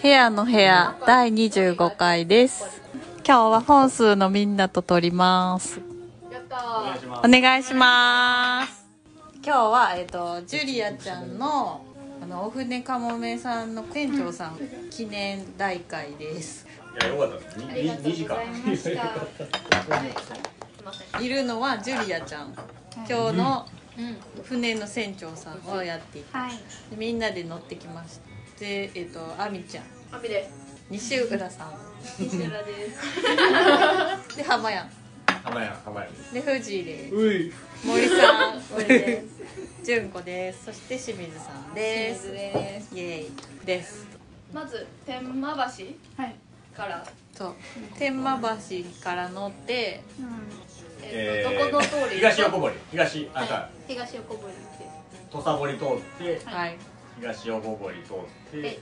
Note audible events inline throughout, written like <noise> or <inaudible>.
ヘアの部屋第25回です。今日は本数のみんなと撮ります。お願いします。今日は、えっと、ジュリアちゃんの、あの、お船かもめさんの店長さん記念大会です。いや、よかったね。にに二時間。いるのはジュリアちゃん。今日の船の船長さんをやっていてはい。みんなで乗ってきました。で、えっと、あみちゃん、アミです。西浦さん、西村です。 <laughs> で、浜やん。浜屋、浜屋。で藤井ですうい。森さん森です。純子ですそして清水さんですです。イエーイですまず天満橋はい。から、そう天満橋から乗ってうん。えっとどこの通り？東横堀。東、あ、はさ、い。東横堀です。土佐堀通って、はい東横堀通ってで。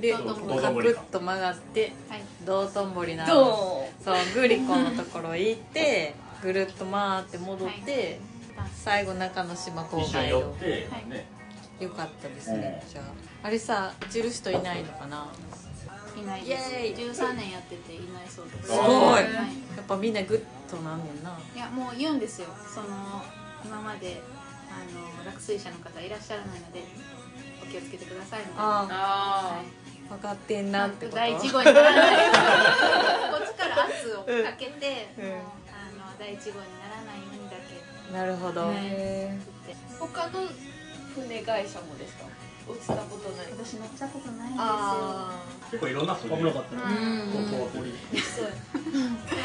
で道頓堀ガクッと曲がってはい。道頓堀なのどう？そうグリコのところ行ってぐるっと回って戻ってはい最後中之島郊一緒外に寄をって、はいね。よかったですねじゃああれさ散る人いないのかないないイエでーす。13年やってていないそうです。すごいはい。やっぱみんなグッとなんねんないやもう言うんですよ。その今まであの落水者の方いらっしゃらないのでお気をつけてくださいみたいな。はあああ分かってんなっていこと第一号になら <laughs> ないようにこっちから圧をかけて、うんもうあの第一号にならないようにだけなるほど、ね振って。あ。他の船会社もですか？落ちたことない。私乗ったことないんですよ。あ結構いろんな船。危なかった。うあ。んうん。そう。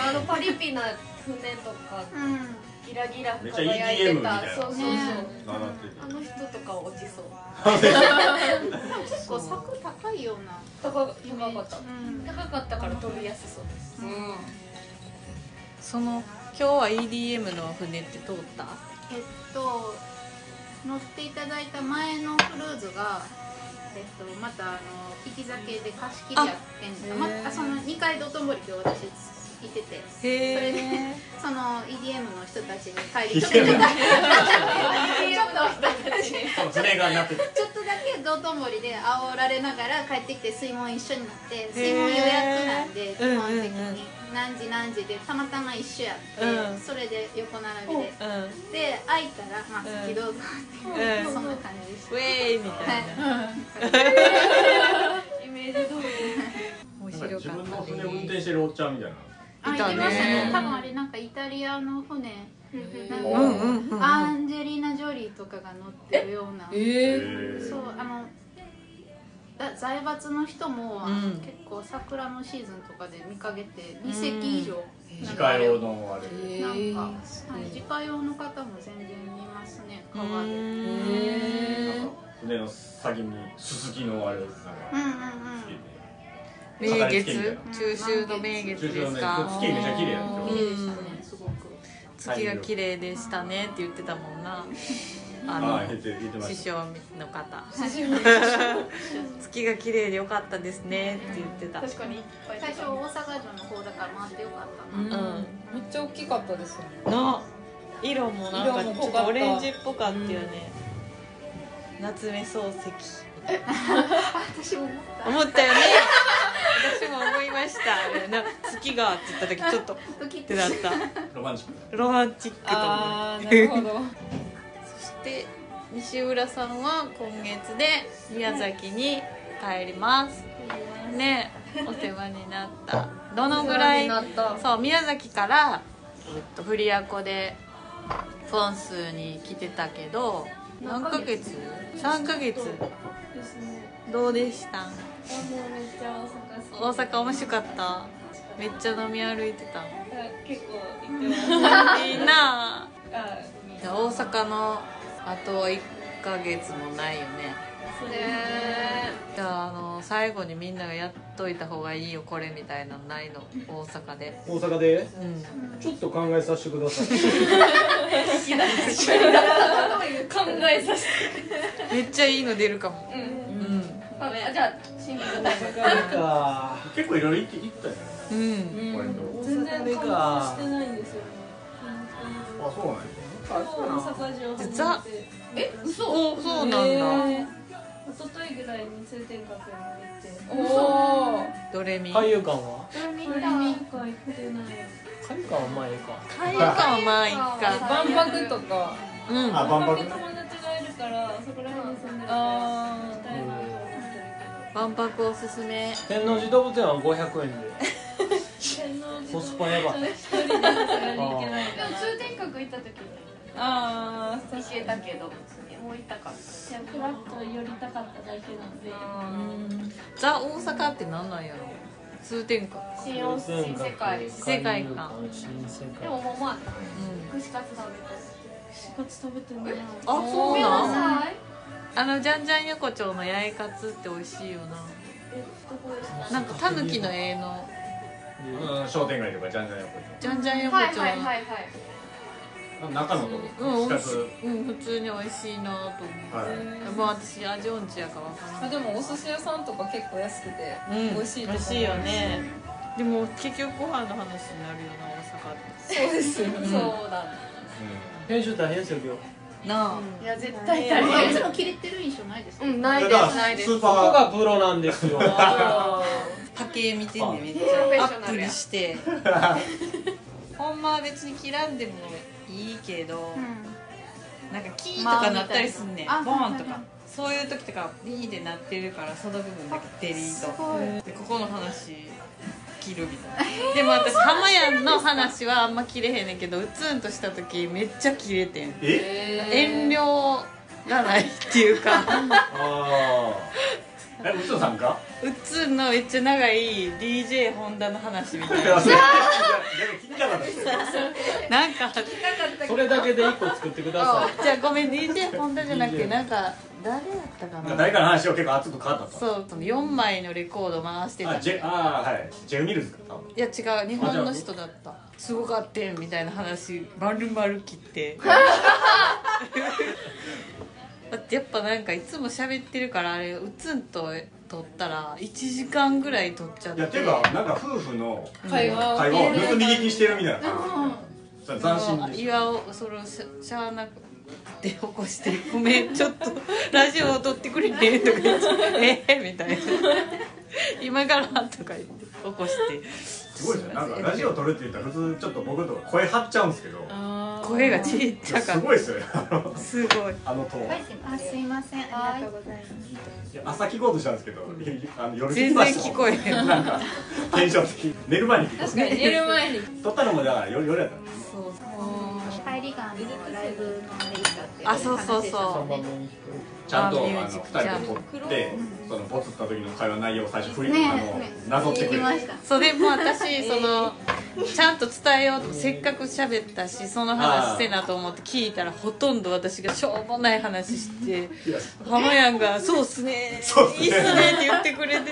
あのパリピな船とかうん。ギラギラめっちゃ EDM 輝いてみたいた。なそうそうそう。ね習ってるあの人とかは落ちそう。結構柵高いような。高か高かった。うん。高かったから飛びやすそうです。その今日は EDM の船って通ったえっと乗っていただいた前のクルーズが、えっと、またあの引き酒で貸し切りやってんですあまへーあその2回道頓堀今日私行っててへえその EDM の人たちに <laughs> 帰りちょっとだけちょっ多分と船がなくて。ちょっとだけ道頓堀で煽られながら帰ってきて水門一緒になって水門予約なんで基本う的んうんうんに何時何時でたまたま一緒やって、うんそれで横並びでうんで開いたらまあうん先どうぞっていう、うんそんな感じでしたウェーイみたいな、イメージ通り。面なん白か自か分っのた船で運転してるおっちゃんみたいな。あ、いいたねてましたね。多分あれなんかイタリアの船、なんうかんうんうんうんアンジェリーナジョリーとかが乗ってるような。えへーそうあのだ財閥の人も、うん結構桜のシーズンとかで見かけて2隻以上。自家用のあれ。へなんか、はへい、ー自家用の方も全然見ますね川で。うんうんうん。なんえか船の先にススキのあれをなんかつけて。名飾り月付けみたいな中秋の名月ですか中秋のね月めっちゃ綺麗やん今綺麗でしたね、すごく。月が綺麗でしたねって言ってたもんなああのあ、言って、言ってま師し匠た。の方月が綺麗でよかったですねって言ってた確かにいっぱい最初大阪城の方だから回ってよかったな。うんめっちゃ大きかったですよねの色もなんか色もちょっ濃かったとオレンジっぽかったよね、夏目漱石私も思った。思ったよね私も思いましたあれな月がって言った時ちょっとっドキッててなっしたロマンチックだ。ロマンチックとああなるほどそして西浦さんは今月で宮崎に帰りますねえお世話になったどのぐらいなったそう宮崎から、えっと、フリアコでフォンスに来てたけど何ヶ月3ヶ月ですねどうでしたあもうめっち大ゃ大阪好き阪面白かっためっちゃ飲み歩いて <laughs> た結構行ってますいいなああいや大阪のあと1ヶ月もないよねそうねじゃああの最後にみんながやっといた方がいいよこれみたいなのないの大阪で大阪でうんちょっと考えさせてください考えさせてめっちゃいいの出るかもうんうんあじゃあ清水大阪なんか結構いろいろ行って、行ったよね。うん割と。全然大阪かしてないんですよねあ、そうなんや。大阪城初めてザえ嘘おそうなんだ、へー一昨日ぐらいに通天閣に行っておおドレミ海遊館は見たなんか行ってない海遊館はまあええか海遊館はまあいいか万博とかうんあ万万博博に友達がいるからそこら辺に住んでるからあ行きたいなと思って万博おすすめ天王寺動物園は500円でるけど天皇コスパやばい一人でさすがに行けないでかもら通天閣行った時にあああ行けたけどもう行ったかったいやフラッと寄りたかっただけなんでザ大阪ってなんなんやろ通天閣新温泉世界新世界観新世界でももうまうんあ串カツ食べた串カツ食べてないあそうごめんなんなさいあのじゃんじゃん横丁の八重カツって美味しいよなえどこでしたなんかタヌキの絵のうん商店街とかじゃんじゃん横じゃんじゃん横はい丁はいのはいはい丁中のとうん美こ近味しいくうん普通に美味しいなと思はいってまあ私味音痴やからわからんあでもお寿司屋さんとか結構安くてうん美味しい美と思う味しいよねでも結局ご飯の話になるよな大阪っ <laughs> そうですよそうだ編集大変ですよ今日てなあいや絶対足り <laughs> ないいつも切れてる印象ないですうんないだですかないらでスすーここパーがプロなんですよ家計見てんねめっちプロフェゃッアショッナプルにやして <laughs> ほんまは別に切らんでもいいけど、なんかキーとかなったりすんねん、まあみボたいなあーンとはいはいはかいそういう時とかビーってなってるからその部分だけデリートごいでここの話切るみたいなでも私浜屋の話はあんま切れへんねんけどうつんとした時めっちゃ切れてんえ遠慮がないっていうか <laughs> ああえうつさんかうつんのめっちゃ長い DJ 本田の話みたいいやな <laughs> それいやでも聞きたかったですなんかあっそれだけで一個作ってくださいじゃあごめん DJ 本田じゃなくてなんか誰やったかな誰かの話を結構熱く語ったとそうその4枚のレコード回してたあいジェあーはいジェルミルズか多分や違う日本の人だったすごかってんみたいな話まるまる切って <laughs> だってやっぱなんかいつも喋ってるからあれうつんと撮ったら1時間ぐらい撮っちゃっいてやていうかなんか夫婦の会話を会話を盗み聞きしてるみたいな感じそれ斬新でした岩をそれをしゃしゃあなくて起こして「ごめんちょっと <laughs> ラジオを撮ってくれて」とか言って <laughs> 「えーみたいな「今から」とか言って起こしてすごいですねなんかラジオ撮るって言ったら普通ちょっと僕とか声張っちゃうんですけど声がちっちゃかすっごいですよねあのたすごいあの塔あすいませんありがとうございますいや朝聞こうとしたんですけど、あの夜聞き全ま然した聞こえへんなんかテンション的寝る前に聞こ確かに寝る前にえ撮ったのもだから夜夜やったんですそう帰りがあのライブのレイカーってあそうそうそう3番目に弾くちゃんとああミュのージ二ック人で撮ってそのボツった時の会話内容を最初振り、ねあのなぞってく行きれるましたそれも私そのちゃんと伝えようとせっかく喋ったしその話せなと思って聞いたらほとんど私がしょうもない話していや浜やんが「そうっすねそうっすねいいっすね」って言ってくれて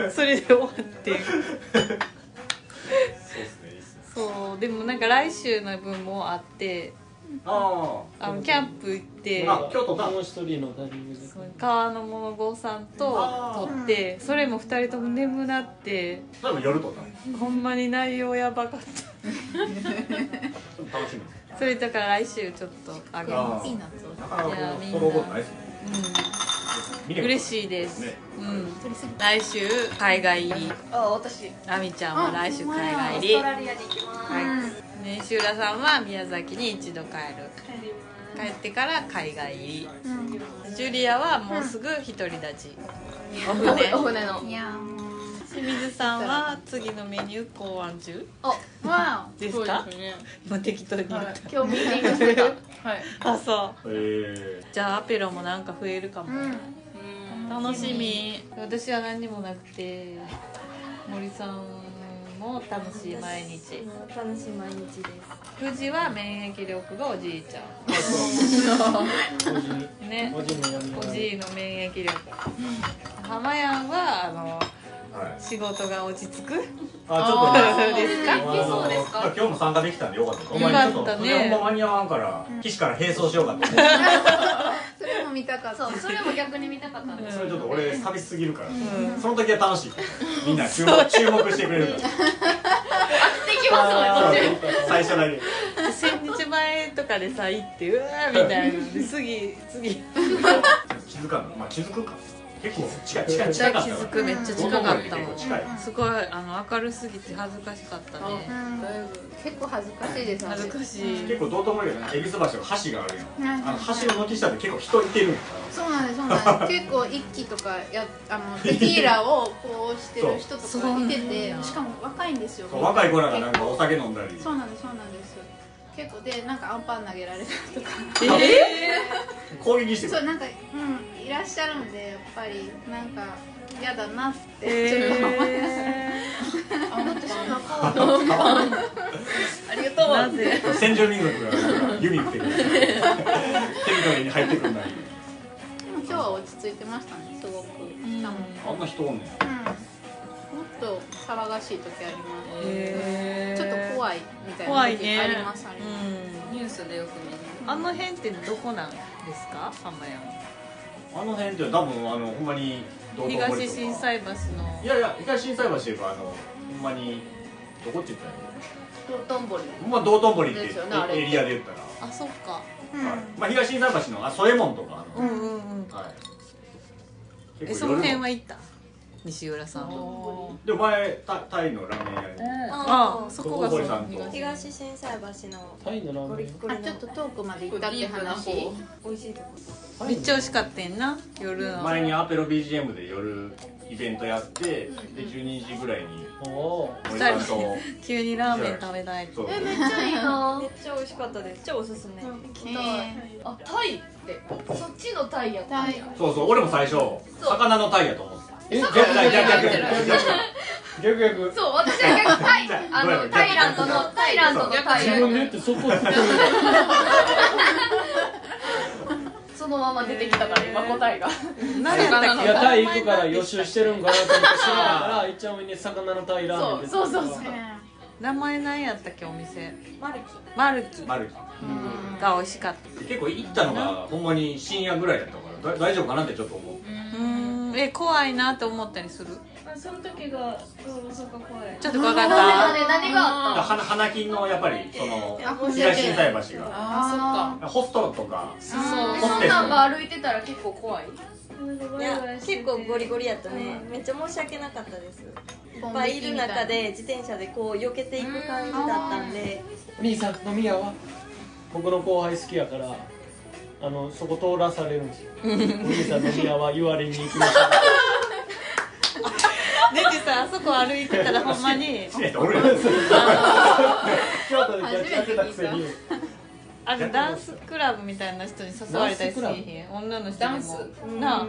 てそれで終わってそうですねいいっすねそうでもなんか来週の分もあってああのキャンプ行ってあ京都だもう一人のタイミングで川の物郷さんと撮ってそれも2人とも眠なってあ多分夜撮ったんでほんまに内容やばかったすでも楽しみですそれだから来週ちょっとあげまピーナッツをなかなかこいやみんうなそのことないですねす嬉しいです、うん、来週海外入りあ私亜美ちゃんは来週海外オ入ースりトラリアに行きますはい、ね石浦さんは宮崎に一度帰る帰りま帰すってから海外入り、ジュリアはもうすぐ独り立ち、お船お船のいやーも清水さんは次のメニュー考案中うわですか今適当に言った、今日ミーティングしてたはいあそうえじゃあアペロもなんか増えるかも、おうん楽しみ私は何にもなくて森さんも楽しい毎日楽しい毎日です。富士は免疫力がおじいちゃんねおじいの闇おじいの免疫力浜やんはあのー、はい仕事が落ち着くあちょっとねですかあ今の日も参加できたんでよかったよかったねそれほんま間に合わんから岸から並走しようかと思ってそれも見たかったそうそれも逆に見たかったんですそれちょっと俺寂しすぎるからその時は楽しいからみんな注目注目してくれる <laughs> からできますもん途中最初だけ千日前とかでさ行ってうわーみたいなで次次岸づかないまあ気づくか結構近い近い近かった気よづくめっちゃど近んどんかっ結たも構ん近いすごいあの明るすぎて恥ずかしかったねうんだいぶ結構恥ずかしいです恥ずかいしい結構道頓堀の恵比寿橋の橋があるやんはいあの橋の軒下で結構人いてるんやそうなんですそうなん <laughs> です結構一気とかやあのテキーラをこうしてる人とかいててしかも若いんですよそう若い子らがなんかお酒飲んだりそうなんですそうなんです結構でなんかアンパン投げられたりとか攻撃してくそうるなんかうんいらっしゃるんでやっぱりなんか嫌だなってちょっと思いましたえあ、だってそんな顔ありがとうなぜ先住民族がなんか弓打って <laughs> くるテリトリーに入ってくるんだりでも今日は落ち着いてましたねすごく下もあんな人おんねんうんもっと騒がしい時ありますえちょっとい怖いみたい怖ない時ねありますありますニュースでよく見るうんあの辺ってどこなんですか浜山あの辺って多分あのほんまに道頓堀とか東心斎橋のいやいや東心斎橋というかあのほんまにどこって言ったらいいの道頓堀ほんま道頓堀ってですよねあれエリアで言ったら、あそっかうんはいまあ、東新橋のあ添右衛門とかあの、うんうんうんはいえ結そ構の夜辺は行った西浦さんとでも前タタイのラーメン屋に、あああーそこが道そ頓堀さのんと東心斎橋のタイのラゴーメリンッゴあリちょっとの遠くまで行ったって話美味しいとこタイのめっちゃ美味しかったんな夜の前にアペロ BGM で夜イベントやって、で12時ぐらいにおー森さんと急にラーメン食べたいそうえ、めっちゃいいなめっちゃ美味しかったです超おすすめあ、タイってそっちのタイやったんやそうそう俺も最初魚のタイやと思ってたえ逆逆逆逆逆逆逆逆そう、私は逆にタイ逆あの、タイランドのタイランドのタイ自分で言ってそこつけるそのまま出てきたから、今答えが何やったっい <laughs> けやタイ行くから予習してるんかなと思って知らなから一応上に魚のタイラーメンですそうそうそううん名前何やったっけお店マルキマルキ丸木が美味しかっ結構行ったのがほんまに深夜ぐらいだったからだ大丈夫かなってちょっと思うたうんえ怖いなって思ったりするあその時がそうそうか怖いちょっと怖かっあたれ、何があったは花金のやっぱりそのあ申東し訳心ない斎橋があホストとかそう、ホそスんテスなんが歩いてたら結構怖いいや結構ゴリゴリやったねめっちゃ申し訳なかったですいっぱいいる中で自転車でこう避けていく感じだったんで兄さん飲み屋は僕の後輩好きやからあのそこ通らされるんですよお兄さん飲み屋は言われに行きました出てさあそこ歩いてたらほんまに知らん人おるやん京都でキャッチ当てたくせにあのダンスクラブみたいな人に誘われたりしダンひん女の人ダにンもスなあ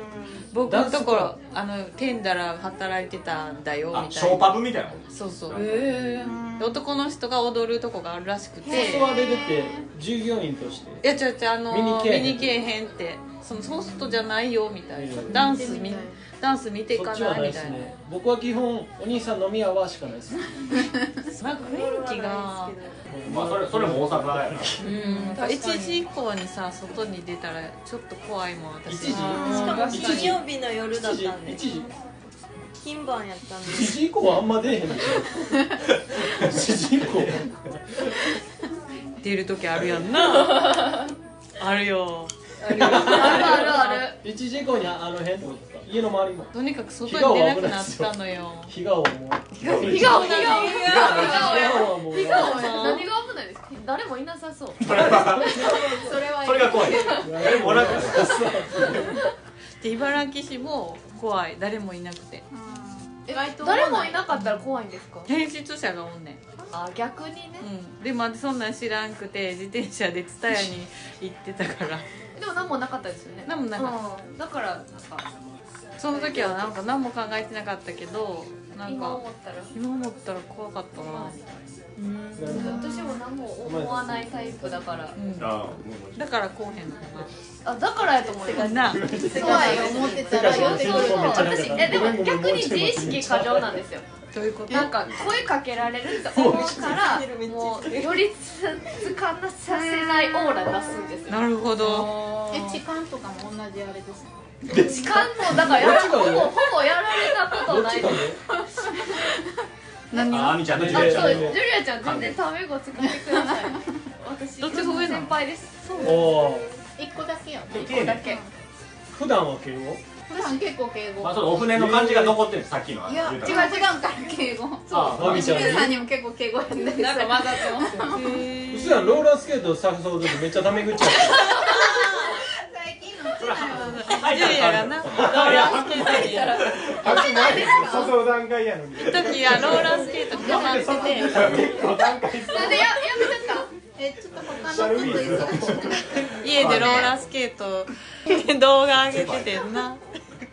僕ダのンスとクこラろあのテンダラ働いてたんだよあみシたョーいパなブみたいなもんそうそうええーで男の人が踊るとこがあるらしくて誘われるって従業員としていや違う違うあの見に来えへん見に来えへんってそのホストじゃないよみたいなうんダンス見見てみたいダンス見ていそかっちはなないいでみたすいなね僕は基本お兄さん飲み屋はしかないですなんか雰囲気がまあそれそれも大阪やななんか1時以降にさ外に出たらちょっと怖いもん1私時しかも金曜日の夜だ1っ時たん1で時金晩やったんで1時以降はあんま出えへんでしょ1時以降出る時あるやんな <laughs> あるよあるあるある1時以降にああの辺ってことですか家の周りもとにかく外に出なくなったのよ日が多いもう日が日が日がはもう日が何が危ないですか誰もいなさそうそれはそれが怖い誰もおらんからで茨城市も怖い誰もいなくてうんえ意外と誰もいなかったら怖いんですか編出者がおんねんあ、逆にねうんでもそんなん知らんくて自転車で蔦屋に行ってたからでも何もなかったですよね何もなかったうんだから、なんか <laughs> その時はなんか何も考えてなかったけどなん今か思ったら今思ったら怖かったな私も何も思わないタイプだかうらんあだからこうへんのかあ、だからやと思いますなな怖い思ってたらそうよそうてそう私えでも逆に自意識過剰なんですよどういうことなんか声かけられると思うからもうよりつつかなさせないオーラ出すんですよなるほどえ痴漢とかも同じあれですね時間もだからやらどっちほがぼ上ほぼやられたことないです何ああみちゃんとあ、そうちジゃュんリアちゃん全然タメ語使ってください私どっちが上なの先輩ですおお一個だけよ一個だけ普段は敬語普段結構敬語まあ、そのお船の感じが残ってるんですさっきのあいのや違う言た違らう普段から敬語ああそうみちゃん清に水さんにも結構敬語やったりするなんか混ざってます普段ローラースケート誘う時めっちゃタメ口やった最近のうちなよ入っジたュらリ変わアるがなローラースケートに行初ないですよ誘う段階やのにく時はローラースケートにハマってて結構段階なんでややめちゃっえちょっと他のこと <laughs> 忙しくなって家でローラースケート動画上げててんなた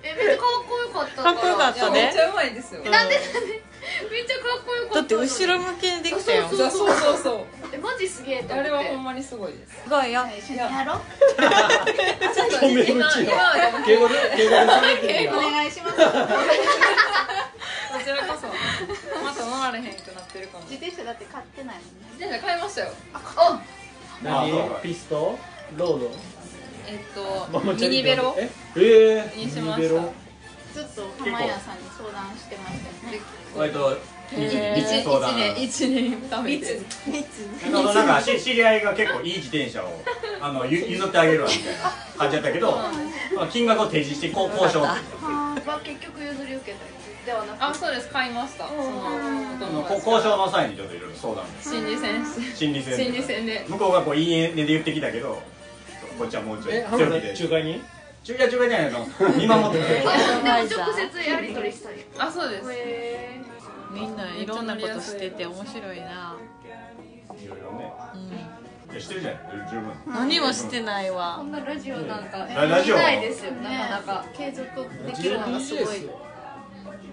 えめっちゃかっこよかったかっこよかっっためねっちゃうまいですよ。なんでなんでめっちゃかっこよかっただって後ろ向きにできたよそうそうそうそえマジすげえう。と思っあてれはほんまにすごいです。すごいよ一緒にやろうタメ口や敬語で敬語で喋ってるやんお願いし <laughs> ますこちらこそまた回れへんくなってるかも自転車だって買ってないもんね自転車買いましたよ何ピストロードえっママとミチャニリベロええーにしまミニベしたロずっと浜屋さんに相談してましたよね割と一一日相談年一年食べてそのなんかし知り合いが結構いい自転車をあのゆ譲ってあげるわみたいな感じだったけど、まあ、金額を提示してこう交渉ってあーまあ結局譲り受けたよではなくあそうです買いましたそのおあの友こ達交渉の際にちょっといろいろ相談心理戦士心理戦心理戦で向こうがこういいねで言ってきたけどこっちはもうちょいえ浜強田気で中華に中華中華じゃないの見守っててでも直接やり取りしたりあそうですへみんないろんなことしてて面白いな、いろいろねうん、いやしてるじゃん十分何もしてないわこんなラジオなんかララジオ見ないですよなねかなか継続できるのがすごい半年以上半年ぐ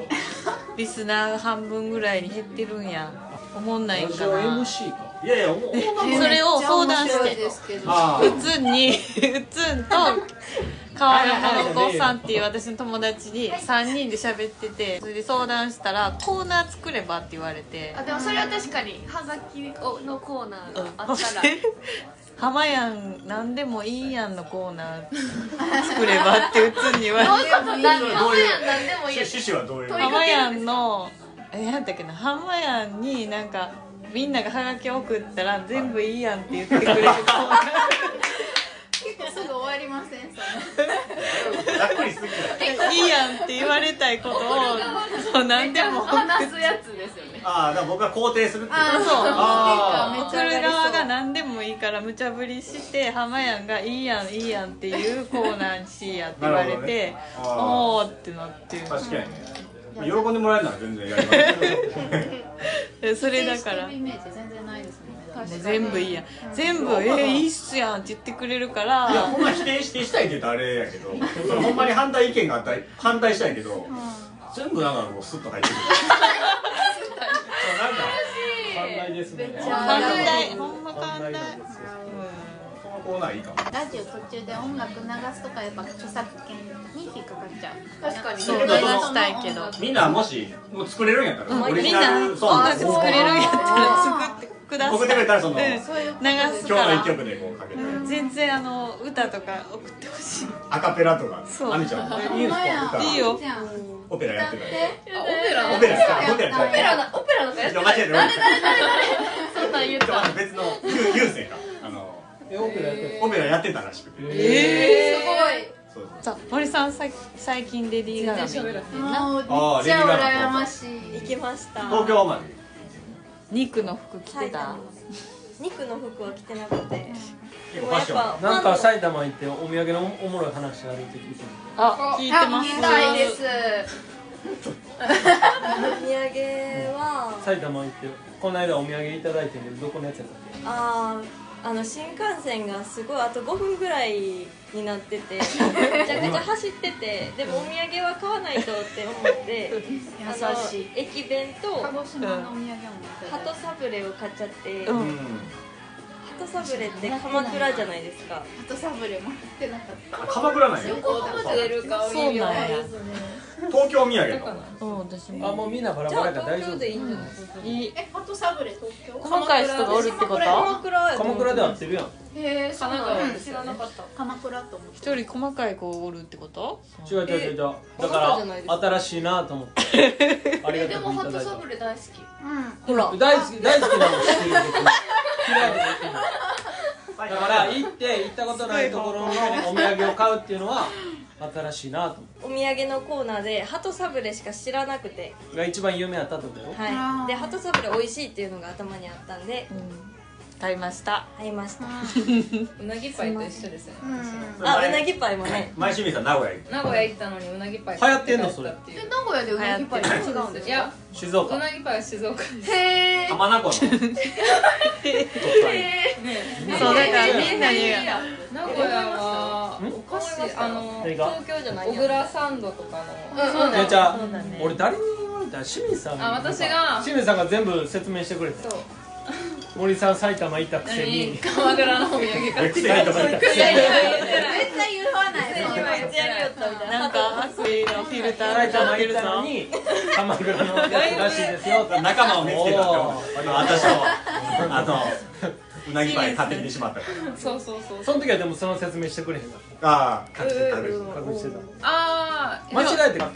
らいリスナー半分ぐらいに減ってるんや思んないんラジかオな MC かいやいやもうそれを相談しめっちゃ面白いでてすけどあうつんにうつんと川山信子さんっていう私の友達に3人で喋っててそれで相談したらコーナー作ればって言われてあでもそれは確かにハガキをのコーナーがあったら「浜やん何でもいいやん」のコーナー作ればってうつんに言われて。何でもいいやん何でもいいやん趣旨はどういう問い浜やんのえなんだっけな浜やんになんかみんながハガキ送ったら全部いいやんって言ってくれる結構すぐ終わりませんそれざっくりすぎないいいやんって言われたいことをそう何でも話すやつですよねああだから僕が肯定するっていうあーそうあめっ送ちゃ上がるりそう側が何でもいいから無茶ぶりして浜やんが「いいやんいいやん」っていうコーナーにしいやって言われて、なるほどねあーおおってなってる確かにね喜んでもらえるなら全然やりますけどでそれだから否定してるイメージ全然ないですもんねもう全部いいやん全部「えー、いいっすやん」って言ってくれるからいやほんま否定してしたいって言うとあれやけどそれほんまに反対意見があったら反対したいけど、全部なんかこうスッと入ってくるそうなんか寛大ですねちゃ寛大ほんま寛寛大大なんですよこのコーナーいいかもラジオ途中で音楽流すとかやっぱ著作権に引っかかっちゃう確かにそう流したいけどみんなもしもう作れるんやったら、オリみジんナなル音ソング楽作れるんやったら作ってください送ってくれたらそうのん流そういうことす今か日のら一曲でこうかけて、全然あの歌とか送ってほしいアカペラとかそう亜美ちゃんほんまや歌いいよじゃんオペラやってるあオペラオペラですかオペラじゃないオペラなオペラなんかやっいてやな間い違えてないそんなん言っちょたっらと別のゆ優勢かあのえオペラやってるオペラやってたらしくてえすごいそうそうさ森さんさ最近レディー・ガガ見てんなもうめっちゃ羨ましい行きました東京まで肉の服着てた、肉の服は着てなくて結構ファッションファンのなんか埼玉行ってお土産のおもろい話あるって聞いてるあ聞いてます見たいですお土産は埼玉行ってこの間お土産いただいてんけどどこのやつやったっけあーあの新幹線がすごいあと5分ぐらいになっててめちゃくちゃ走っててでもお土産は買わないとって思ってあの優しい駅弁と鹿鳩児島のお土産もいただいてサブレーを買っちゃってう鳩んサブレーって鎌倉じゃないですか鳩サブレもらってなかった鎌倉なんや横浜まで出るかおそうなんや東京お土産のうん私あももうみんなバラじバゃラやあから大東京丈夫でいいんじゃないいいえ鳩サブレ東京細かい人がおるってこと鎌倉やと思鎌って倉で合ってるやんへえそうなん神奈川やです知よらねなかった鎌倉と思って一人細かい子おるってこと違う違う違う違うだわかったじゃないですかから新しいなと思ってありえがでたもくハトいただいサたブレ大好きうんほら大好き大好きなの知ってるけど嫌いとか言ってないだから行って行ったことないところのお土産を買うっていうのは新しいなとお土思産のコーナーで鳩サブレしか知らなくて、うが一番有名やったってことよはい、で鳩サブレ美味しいっていうのが頭にあったんで買いました買いました、うなぎパイと一緒ですねあうなぎパイもね前清水さん名古屋行っ名古屋行ったのにうなぎパイ流行ってんのそれ買ったっていでう名古屋でうなぎパイ違うんですいや静岡うなぎパイは静岡ですて浜名湖のそうだからみんなに名古屋はお菓子あの何が東京じゃない小よ倉サンドとかのめっちゃそうだね俺誰に言われた清水さんにあ私が清水さんが全部説明してくれてそう森さん埼玉行ったくせ何に鎌倉のお土産買っくてきせたにとか言ったいやいやいや絶対言わないそんなめっちゃやりよったみたいななんかアスリーのフィルター埼玉行ったのに鎌倉のやつらしいですよって仲間を見つけたってお思う私もあのうなぎパイ勝手にしまったかそうそうそうその時はでもその説明してくれへんからああ各地で食べる確認してたああ間違えていや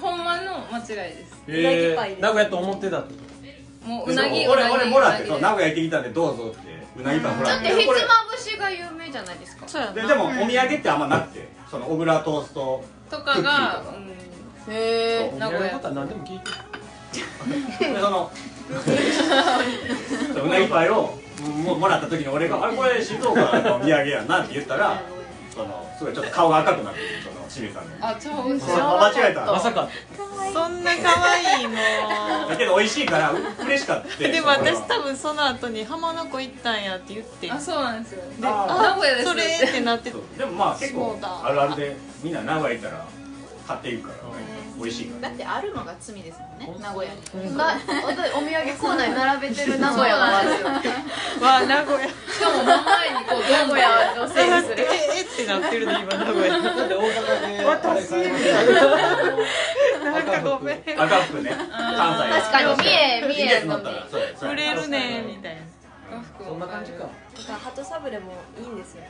ほんまの間違いですうなぎパイです名古屋と思ってたってもううなぎ俺俺もらってうそうな名古ぎ屋行ってきたんでどうぞってうなぎパイもらってだってひつこまれぶしが有名じゃないですかそうやでなでもお土産ってあんまなくてその小倉トーストとかがうんへお名古土産屋のことは何でも聞いてでそ <laughs> のそううなぎパイをももらった時に俺が「あれこれ静岡のお土産やな」って言ったらそのすごいちょっと顔が赤くなってるその清水さんのあ超美味しい間違えまたさかそんな可愛いのだけど美味しいからう嬉しかった <laughs> でも私多分その後に浜名湖行ったんやって言ってあそうなんですよであ名古屋ですそれってなってそうでもまあ結構そうだあるあるでみんな名古屋行ったら買っていくから、ね、美味しいからだってあるのが罪ですもんね名古屋になお土産コーナーに並べてる名古屋はあるよわ名古屋しかも真ん前にこうどんどんのせいにすえるえってなってるで今名古屋だって大阪で私なんかごめん赤服ね関西確かに三重いい三や重つの乗ったらそうやそう触やれるねみたいなそんな感じかとか鳩サブレもいいんですよ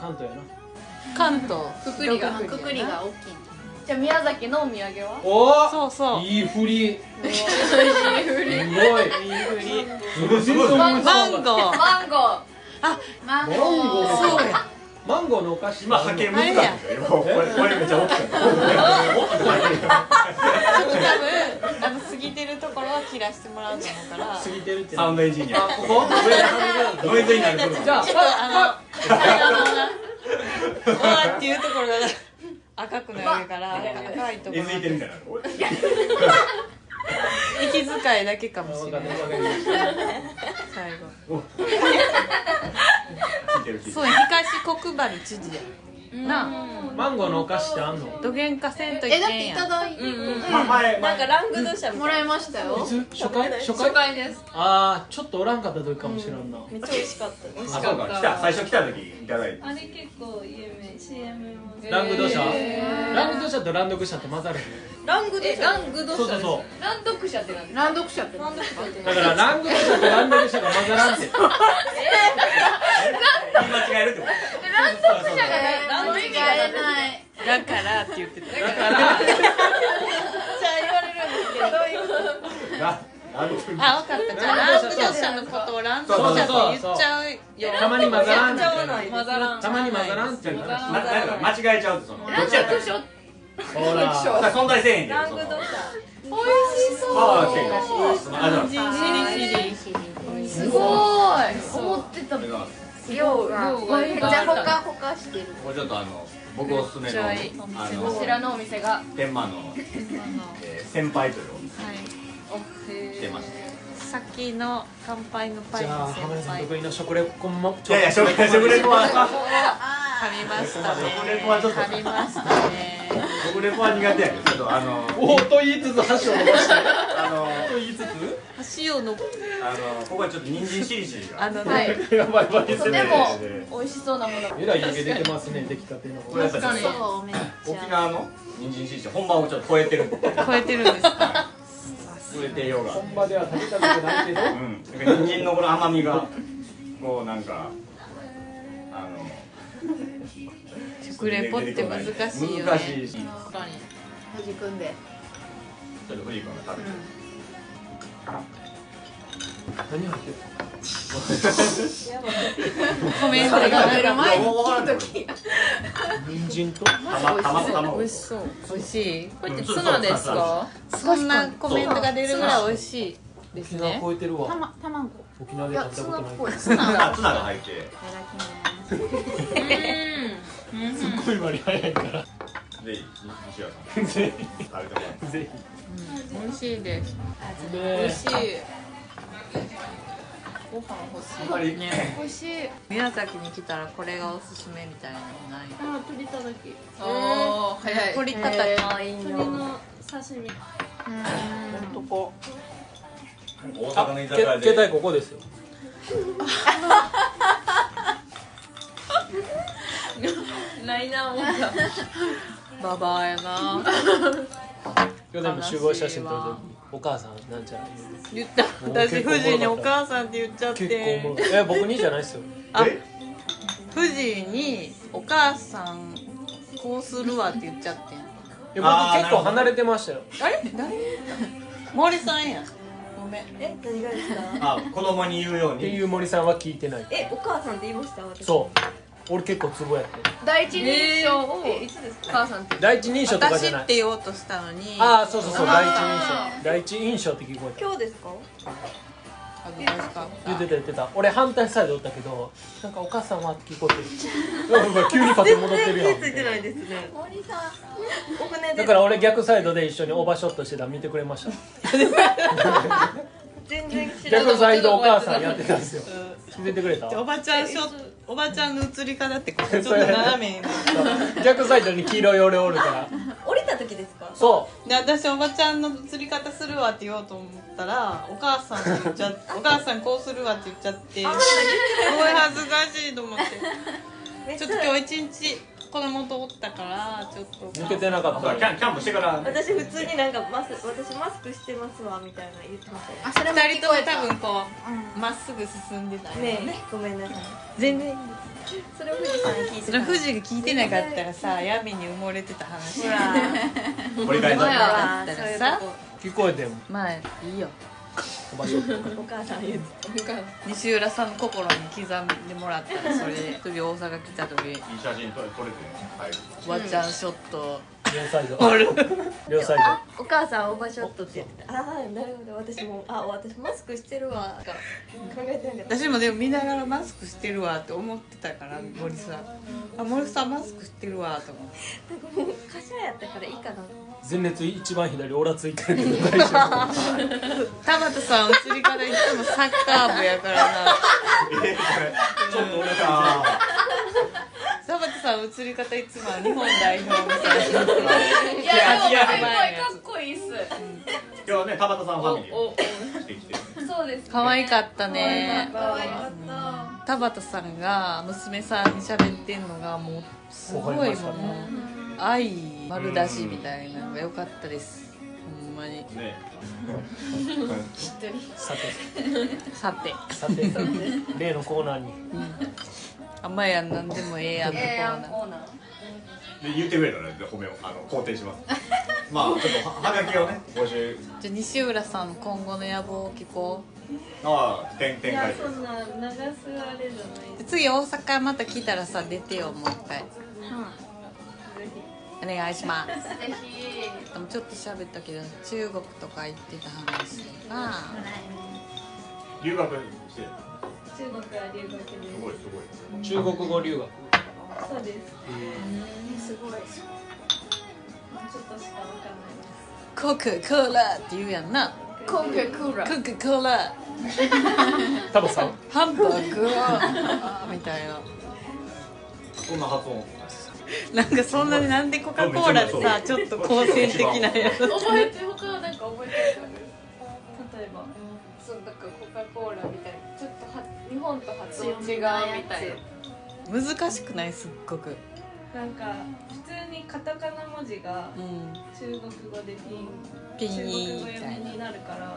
関東やな関東くくりがくくりが大きいじゃあ宮崎のお土産はおそうおそういい振り振りすごいすごいすごいすごいマンゴーマンゴーマンマンゴゴーーそうやマンゴーのお菓子今派遣難しいんですよこれこれめっちゃ大きかったもっと大きいから多分あの過ぎてるところは切らしてもらうと思うから過ぎてるってサウンドエンジニアあここノイズになる部分じゃあちょっとあのあのわーっていうところが赤くなるから赤いとこえろずいてるみたいなおい息遣いだけかもしわれかなんいないわかんない最後聞いてる聞いてそう東国原知事やなマンゴーのお菓子ってあんのあどげんかせんといけえだっんていやたんだいてるま前なんか前ラングドシャみもたらいいなましたよ初回初初回回ですああちょっとおらんかった時かもしれんなめっちゃ美味しかったですあそうか来た最初来た時いただ <laughs> いてあれ結構有名 CM もラングドシえャラングドシャとランドクシャって混ざるラングドシえャラングドシャそうそうですそランドクシャってなんですかランドクシャってランドシャってだからラングドシャとランドクシャが混ざらんって言い間違えるってことランドクシャがえないだからって言ってただからななんであ分かったじゃあラングドシャのことをランドシャって言っちゃうよたまに混ざらんめってっちゃ合わないです混ざらんたまに混ざらんっていう混ざら話ななんか間違えちゃうとそのどっちやったショッほららだから存在せえへんけどランそグのドシャああせえへんあじゃあすごい思ってたこれが量が量がめっちじゃゃあほかほかしてるこれちょっとあの僕おすすめのあこちらののお店が天満のえー先輩というお店に来てましさっきの乾杯のパイじゃのあ先浜田さん輩得意な食レポもたいやいや食レ食レポは噛みましたね食レポはちょっと噛みましたね食レポは苦手やけどちょっとあのおおと言いつつ箸を伸ばしてあのと言いつ箸をのあのここはちょっと人参しりしりがあのはいつ <laughs> やばいやばい攻めるで美味しそうなものえらい湯気出てますね出来たてのこれやっぱりそうめっち沖ゃ縄の人参しりしり本場をちょっと超えてるんで超えてるんですか超えてようが本場では食べたことないけどうん、なんか人参のこの甘みがこうなんかあの食レポって難しいよね難しいしちょはじくんでっと藤井君が食べて、何入ってるコメントが食べる前に聞く人参と卵卵美味しそう美味しいこれってツナですかそんなコメントが出るぐらい美味しいです沖縄ね超えてるたわま卵い沖縄でやツ食べナたっことぽいないツナいただあツナが入ってきますすっごい割り早いからで西川さんぜ食べてもらってひぜ美味しいですひね美味しいご飯欲しいあんまり美味しい宮崎に来たらこれがおすすめみたいなのないあ鳥ただきうおー早い取り方可愛い鳥の刺身ーんとこ大阪の居酒屋で携帯ここですよライナーもだババアやな今日でも集合写真撮るときお母さんなんちゃら言言うてった <laughs> 私富士にお母さんって言っちゃっ結構おもろてかったいや僕にじゃないですよあえ富士にお母さんこうするわって言っちゃってんいやあー僕結構離れてましたよあれ誰森さんやごめんえ何がですかあ子供に言うようってにいう森さんは聞いてないえお母さんって言いました私そう俺結構ツボやって第一印象をえいつですか母さんって第一人称とかじ私ゃなっいて言おうとしたのにああそうそうそう第一あ印象第一印象って聞こえた今日ですか恥ずかしかった言ってた言ってた俺反対サイドおったけどなんかお母さんはって聞こえてるうわ急にパソコン戻ってるやん全然気づいてないですね森さんお船だでから俺逆サイドで一緒にオーバーショットしてたの見てくれました全然知らな逆いサイドお母さんやってたんですよ気づいてくれたおばちゃんショおばちゃんの映り方ってこうちょっと斜めになって <laughs> 逆サイドに黄色い俺おるから降りた時ですかそで私おばちゃんの映り方するわって言おうと思ったらお母さんって言っちゃ <laughs> っお母さんこうするわって言っちゃってすごい恥ずかしいと思ってめっちちょっゃと今日一日子供とおったからちょっとう抜けてなかあっそうだキたャンキャンプしてから私普通になんかマス私マスクしてますわみたいな言ってましたよあそれも二聞人とこもえた多分こううまっすぐ進んでたんねえごめんなさい全然それを富士さんに聞いてそれ富士士が聞いてなかったらさ闇に埋もれてた話だ掘り返さほれたらったらさ聞こえてんまあいいよオーバーショットお母さん言って西浦さんの心に刻んでもらったらそれで次大阪来た時いい写真撮れ撮れてるはいおばちゃんショット両サイドある両サイあお母さんオーバーショットって言って <laughs> たああなるほど私もあ私マスクしてるわとか考えてなか <laughs> った私もでも見ながらマスクしてるわって思ってたから森さんあ森さんマスクしてるわと思ってもう華奢やったからいいかなド前列一番左オラついてるけど大丈夫田畑さん映り方いつもサッカー部やからなちょっと俺さ田畑さん映り方いつもは日本代表みたいないやいやでもいやすごいかっこいいっす今日はね田畑さんファミリーをしてきてそうです可愛かったね可愛かっ田畑さんが娘さんに喋ってんのがもうすごいもう微笑ましかったね愛丸出しみたいなのが良かったですほんまにねさてさてさて例のコーナーにあんまやんなんでもええやんのたコええやんーナーコーナーで言ってくれたらで褒めをあの肯定します <laughs> まあちょっとははがきをね募集じゃあ西浦さんの今後の野望を聞こああ点い点や開そんな流すあれじゃないうで次大阪また来たらさ出てよもう一回ぜひお願いしますぜひでもちょっと喋ったけど中国とか行ってた話が留学してす中国は留学でごいすごい中国語留学そうですすごいちょっとしかわかんないですコカ・コーラって言うやんなコンククーラコカ・コーラタバさんハンバー <laughs> グあーみたいなそんな発音なんかそんなになんでコカ・コーラってさちょっと好戦的なや <laughs> つ覚えて他はなんか覚えてる例えばそうなんかコカ・コーラみたいなちょっとは日本と発音違うみたいな難しくないすっごくなんか普通にカタカナ文字がうん中国語でピンピ中ン国イン語み読たいみなになるから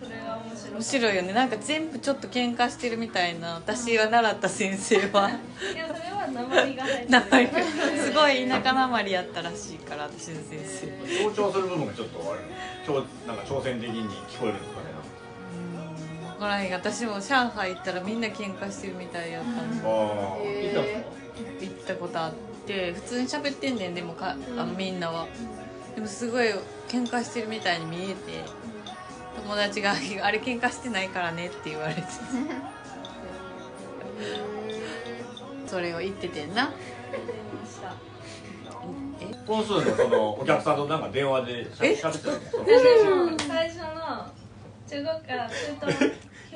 それが面白い面白いよねなんか全部ちょっと喧嘩してるみたいな私は習った先生は。いやそれは鉛が入 <laughs> ってなるんかすごい田舎なまりやったらしいから私の先生強調する部分がちょっとあれちょなんか挑戦的に聞こえるんですかねうここら辺私も上海行ったらみんな喧嘩してるみたいやったんですよあー行ったんですか行ったことあって普通に喋ってんねんでもかあのみんなはでもすごい喧嘩してるみたいに見えて友達が「あれ喧嘩してないからね」って言 <laughs> われてそれを言っててんな本数のそのお客さんとなんか電話でしゃえしゃべってたのその最初の中国から中東の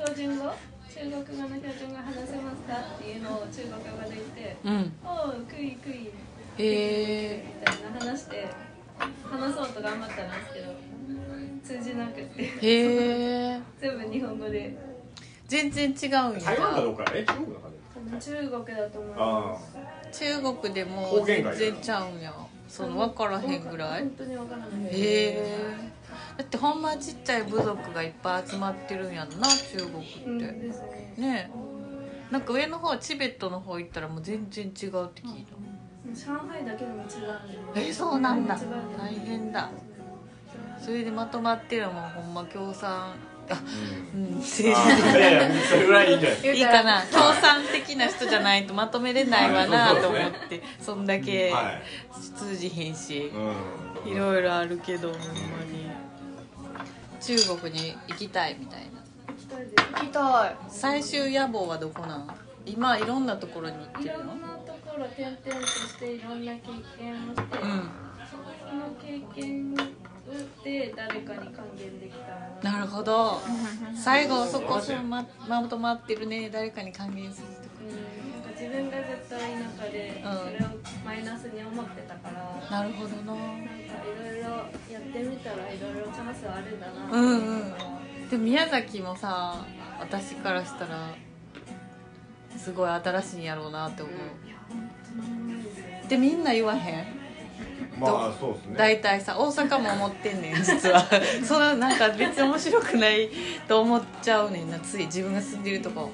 標準語中国語の標準語話せますかっていうのを中国語で言ってうん「おうクイクイ」へえみたいな話して話そうと頑張ったんですけど通じなくてへえ全部日本語で全然違うんや台湾かどうかえ中国の中で中国だと思いあます中国でも方言全がいいな然ちゃうんやその分からへんぐらい本当にわからないへえだってほんまちっちゃい部族がいっぱい集まってるんやんな中国って、うんですねねえなんか上の方チベットの方行ったらもう全然違うって聞いた、上海だけでも違うんでえそうなんだ違う大変だそれでまとまってるのもほんま共産あうん政治あーいやいやそれぐらいいいんじゃないいいかな共産的な人じゃないとまとめれないわなと思ってそんだけはい通じへんしうんいろいろあるけどほんまに中国に行きたいみたいな行きたい最終野望はどこなん今いろんなところに行っているろのんなところ転々としていろんな経験をして、うんその経験で誰かに還元できたらななるほど最後そこそままとまってるね誰かに還元するとうんなんか自分がずっと田舎でうんそれをマイナスに思ってたから、なんかかなるほどないろいろやってみたらいろいろチャンスはあるんだなうんうんって思っでも宮崎もさ私からしたらすごい新しいんやろうなって思うでみんな言わへんまあそうですね大体さ大阪も思って <laughs> んねん実は <laughs> そのなんか別に面白くないと思っちゃうねんなつい自分が住んでるとこまあ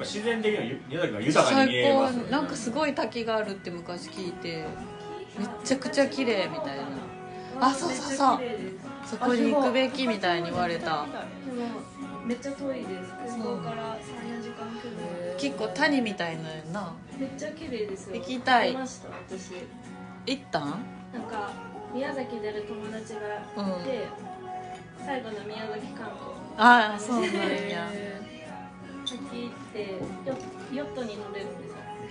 自然的にはゆ宮崎が豊かに見最えま高すよねなんかすごい滝があるって昔聞いてめっちゃくちゃ綺麗みたいなあそうそうそうそこに行くべきみたいに言われたてでもめっちゃ遠いです空港から34時間くらい結構谷みたいなんやなめっちゃ綺麗ですよ行きたい行きました私行ったんなんか宮崎である友達がいて、最後の宮崎観光ああそうなんや先行ってヨヨットに乗れるんですよへ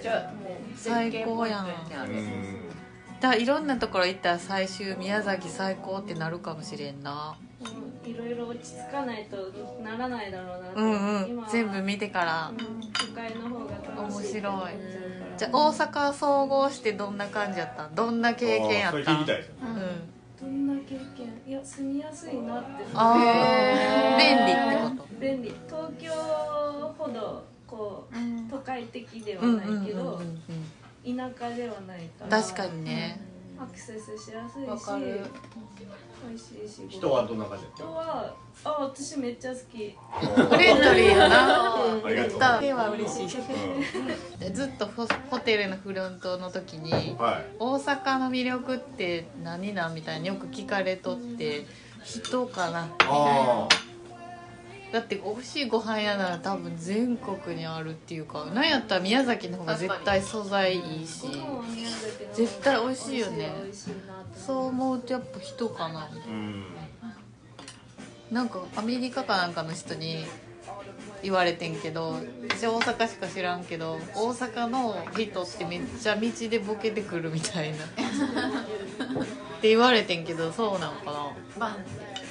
えじゃあもう最高やんうだかんらいろんなところ行ったら最終宮崎最高ってなるかもしれんなうんいろいろ落ち着かないとならないだろうなって、うんうん今は全部見てからうん都会の方が楽しい面白いうんじゃあ大阪総合してどんな感じやったんどんな経験やあーそれった聞んきたいですよねうんどんな経験いや住みやすいなってあへあー便利ってこと便利東京ほどこう都会的ではうんなうんいけど、うんうん田舎ではないから確かにねアクセスしやすいしわかる美味しいし人はどんな感じ人はあ私めっちゃ好きフレンドリーやなありがとう手は嬉しういずっとホホテルのフロントの時にんはい大阪の魅力って何なんみたいによく聞かれとって人かなあだって美味しいご飯屋なら多分全国にあるっていうかなんやったら宮崎の方が絶対素材いいしご飯は宮崎の方が絶対美味しいよね美味しいなってそう思うとやっぱ人かなあうんなんかアメリカかなんかの人に言われてんけど私大阪しか知らんけど大阪の人ってめっちゃ道でボケてくるみたいなって言われてんけどそうなのかバン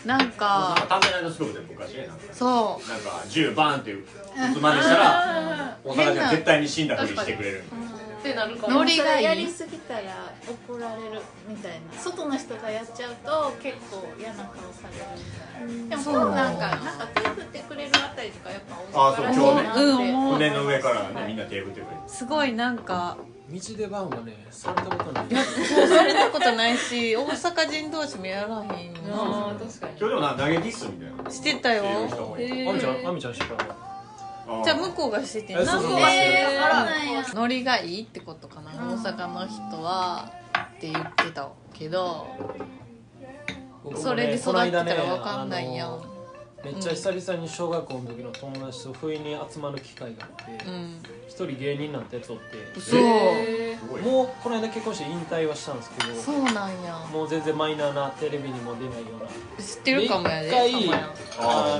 ななんなんかかタンザニアのスローで昔ねなんかそなんか銃バーンって撃つまでしたら大阪人は絶対に死んだふりしてくれるってなるかうらノリそがれやいりいすぎたら怒られるみたいな外の人がやっちゃうと結構嫌な顔されるみたいなでもそこううなんかなんか手振ってくれるあたりとかやっぱあ大ー阪そうら今日しいねなっうんて思う胸の上からねみんな手振ってくれるすごいなんか道でバウンはねされたことないされたことない <laughs> し大阪人同士もやらへんよなあー確かに今日でもな投げキッスみたいなしてたよしてる人もいるあみちゃんあみちゃん知らないあーじゃあ向こうがしててんえそうそうなえー、あらノリがいいってことかな大阪の人はって言ってたけど僕もねそれで育ってたらわかんないやんこの間ねめっちゃ久々に小学校の時の友達と不意に集まる機会があってうん一人芸人になったやつおってそうすごいもうこの間結婚して引退はしたんですけそどうなんやもう全然マイナーなテレビにも出ないような知ってるかもやで一回かもやあ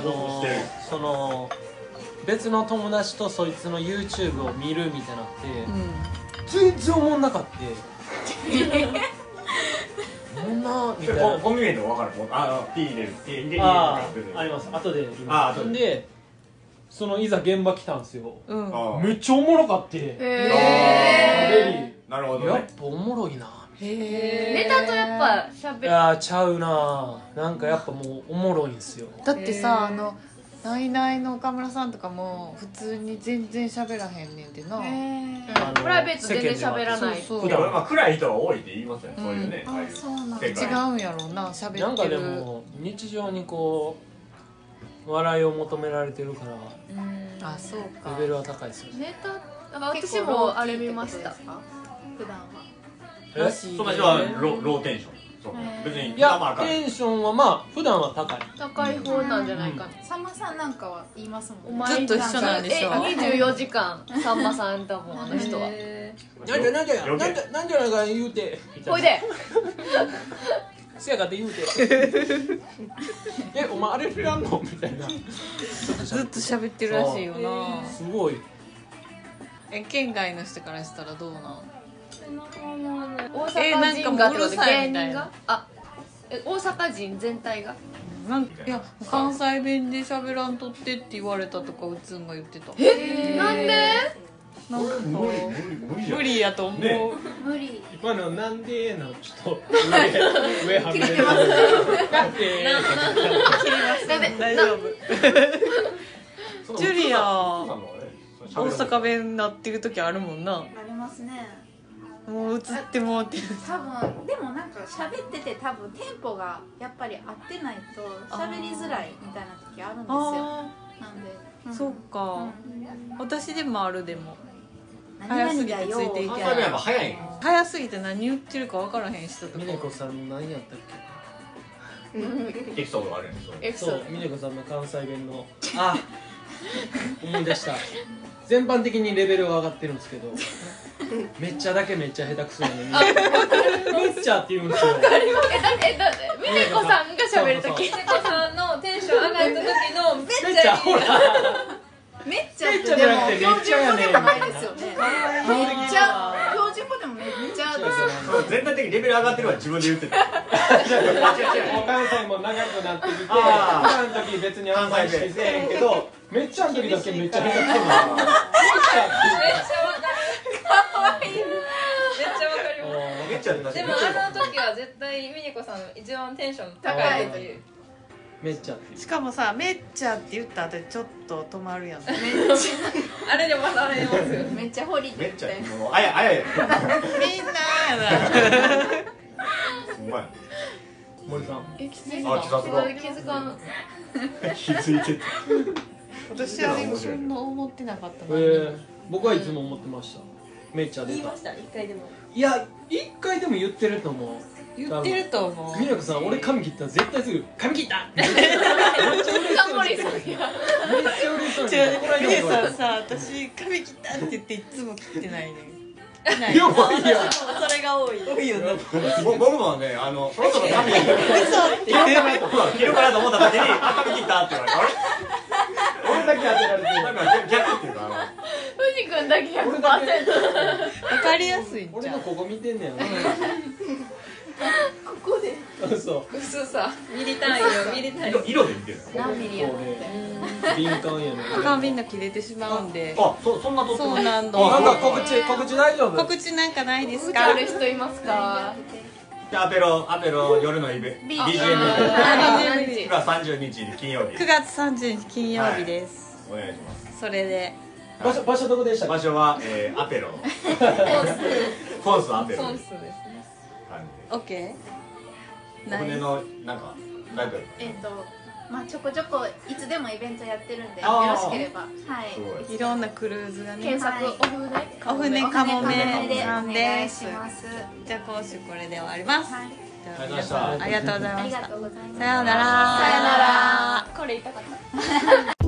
あーの知ってるその別の友達とそいつの YouTube を見るみたいになって、う全然おもんなかって <laughs> おもんなみたいなコンビ名でも分かるもんああ P 入れる P 入れるああああります後で言いあまーす後ででそのいざ現場来たんですよんうんあめっちゃおもろかってえレなるほリーどやねっぱおもろいなへネタとやっぱしゃいべるやーちゃうなーなんかやっぱもうおもろいんすよだってさあへーのナイナイの岡村さんとかも普通に全然喋らへんねんでな、あのプライベート全然喋らないそう普でも段まあ暗い人は多いって言いますよねうんそういうねああいううなん世違界うんやろうな喋ってるなんかでも日常にこう笑いを求められてるからあそうかレベルは高いですよねネタなんか私もあれ見ました普段はえらしいその人はロローテンションそう別にいまあやまあ明るテンションはまあ普段は高い高い方なんじゃないかなさんまさんなんかは言いますもおんね前ずっと一緒なんでしょえ24時間さんまさんだもんあの人はなんじゃなんじゃ余計なんじゃなんじゃなんか言うてみたいなほいでせやかって言うて <laughs> えお前あれ知らんのみたいなずっと喋ってるらしいよなすごいえ県外の人からしたらどうなんそんなもんもない大えなん阪か人もがううるさいみたいな芸人があえ大阪人全体がなんいや関西弁で喋らんとってって言われたとかうつんが言ってたえなんでなんかさ無理無理無理じゃ無ん理やと思う、ね無理今のなんでのちょっと上上はめてなんでなんで大丈夫そのジュリア奥さんのね大喋る阪弁なってる時あるもんなありますねもう映ってもうてる多分でもなんか喋ってて多分テンポがやっぱり合ってないと喋りづらいみたいな時あるんですよあなんで、あそううか、ん私でもあるでも何々だよ早すぎてついていけない関西弁はやっぱ早い早すぎて何言ってるか分からへん人とか峰子さんの何やったっエピソードがあるやんそうエけピソそーう峰子さんの関西弁のあ思い出した全般的にレベルは上がってるんですけどめっちゃだけめっちゃ下手くそやねめっちゃって言うんですよドえだえだみねこさんが喋るそうそう時そ猫さんのテンション上がった時のめっめっちちゃゃいいほらめっちゃってめっちゃじゃなくてでもめっちゃやね標準語でもないですよねめっちゃ標準語でもめっちゃそう全体的にレベル上がってるは自分で言ってたもう関西も長くなってきて普あー段の時別に関西してせえへんけどめっちゃの時だけめっちゃ下手くそなのめっちゃってめっちゃわかるめっちゃわかりますめっちゃ出ましたでもあの時は絶対ミニコさんの一番テンション高い時めっちゃってしかもさ「めっちゃ」って言った後にちょっと止まるやんあれでもされますよねめっちゃホリめデーっちゃもうあやあややみんなやお前森さんえ気づいあ自殺だ気づかん気づいてた私はでもそんな思ってなかったえな、ー、僕はいつも思ってましためっちゃ出言いたました一回でもいや一回でも言ってると思う言ってると思みうなこさん俺髪切ったら絶対すぐ「髪切った!」めっ深森さんがちゃ嬉しそうに違うこの間もみね言わされたんさ私髪切ったって言っていつも切ってないね切ってない要はいやそれが多い多いよなぼ僕もねあのそろそろ髪切嘘るって言って切るかなと思った時にあ髪切ったって言われてあれ俺だけ当てられてなんか逆っていうかあ藤君だけ俺だけ100%分かりやすいんじ俺ゃのんここ見てんねやここでろそう薄さミリ単位よミリ単位の色で見てる何ミリやこうね敏感やね他はみんな切れてしまうんであそそんな撮ってそうなんだなんか告知告知大丈夫告知なんかないですかある人いますかでアペロアペロ夜のイベ BGM イベあ9月30日金曜日9月30日金曜日です、お願いしますそれで場所場所どこでしたっ場所は、えー、アペロコースアペロソ感ンじスですねで OK? おない船のなんかライブえっとまあちょこちょこいつでもイベントやってるんでよあーろしければはいすごいいろんなクルーズがね検索お船お船かもめでおさん願でいすしますはじゃあ今週これで終わりますいじゃありがとう皆さんありがとございましたうございあまりしがたとうございますさようならさようならこれ言いたかった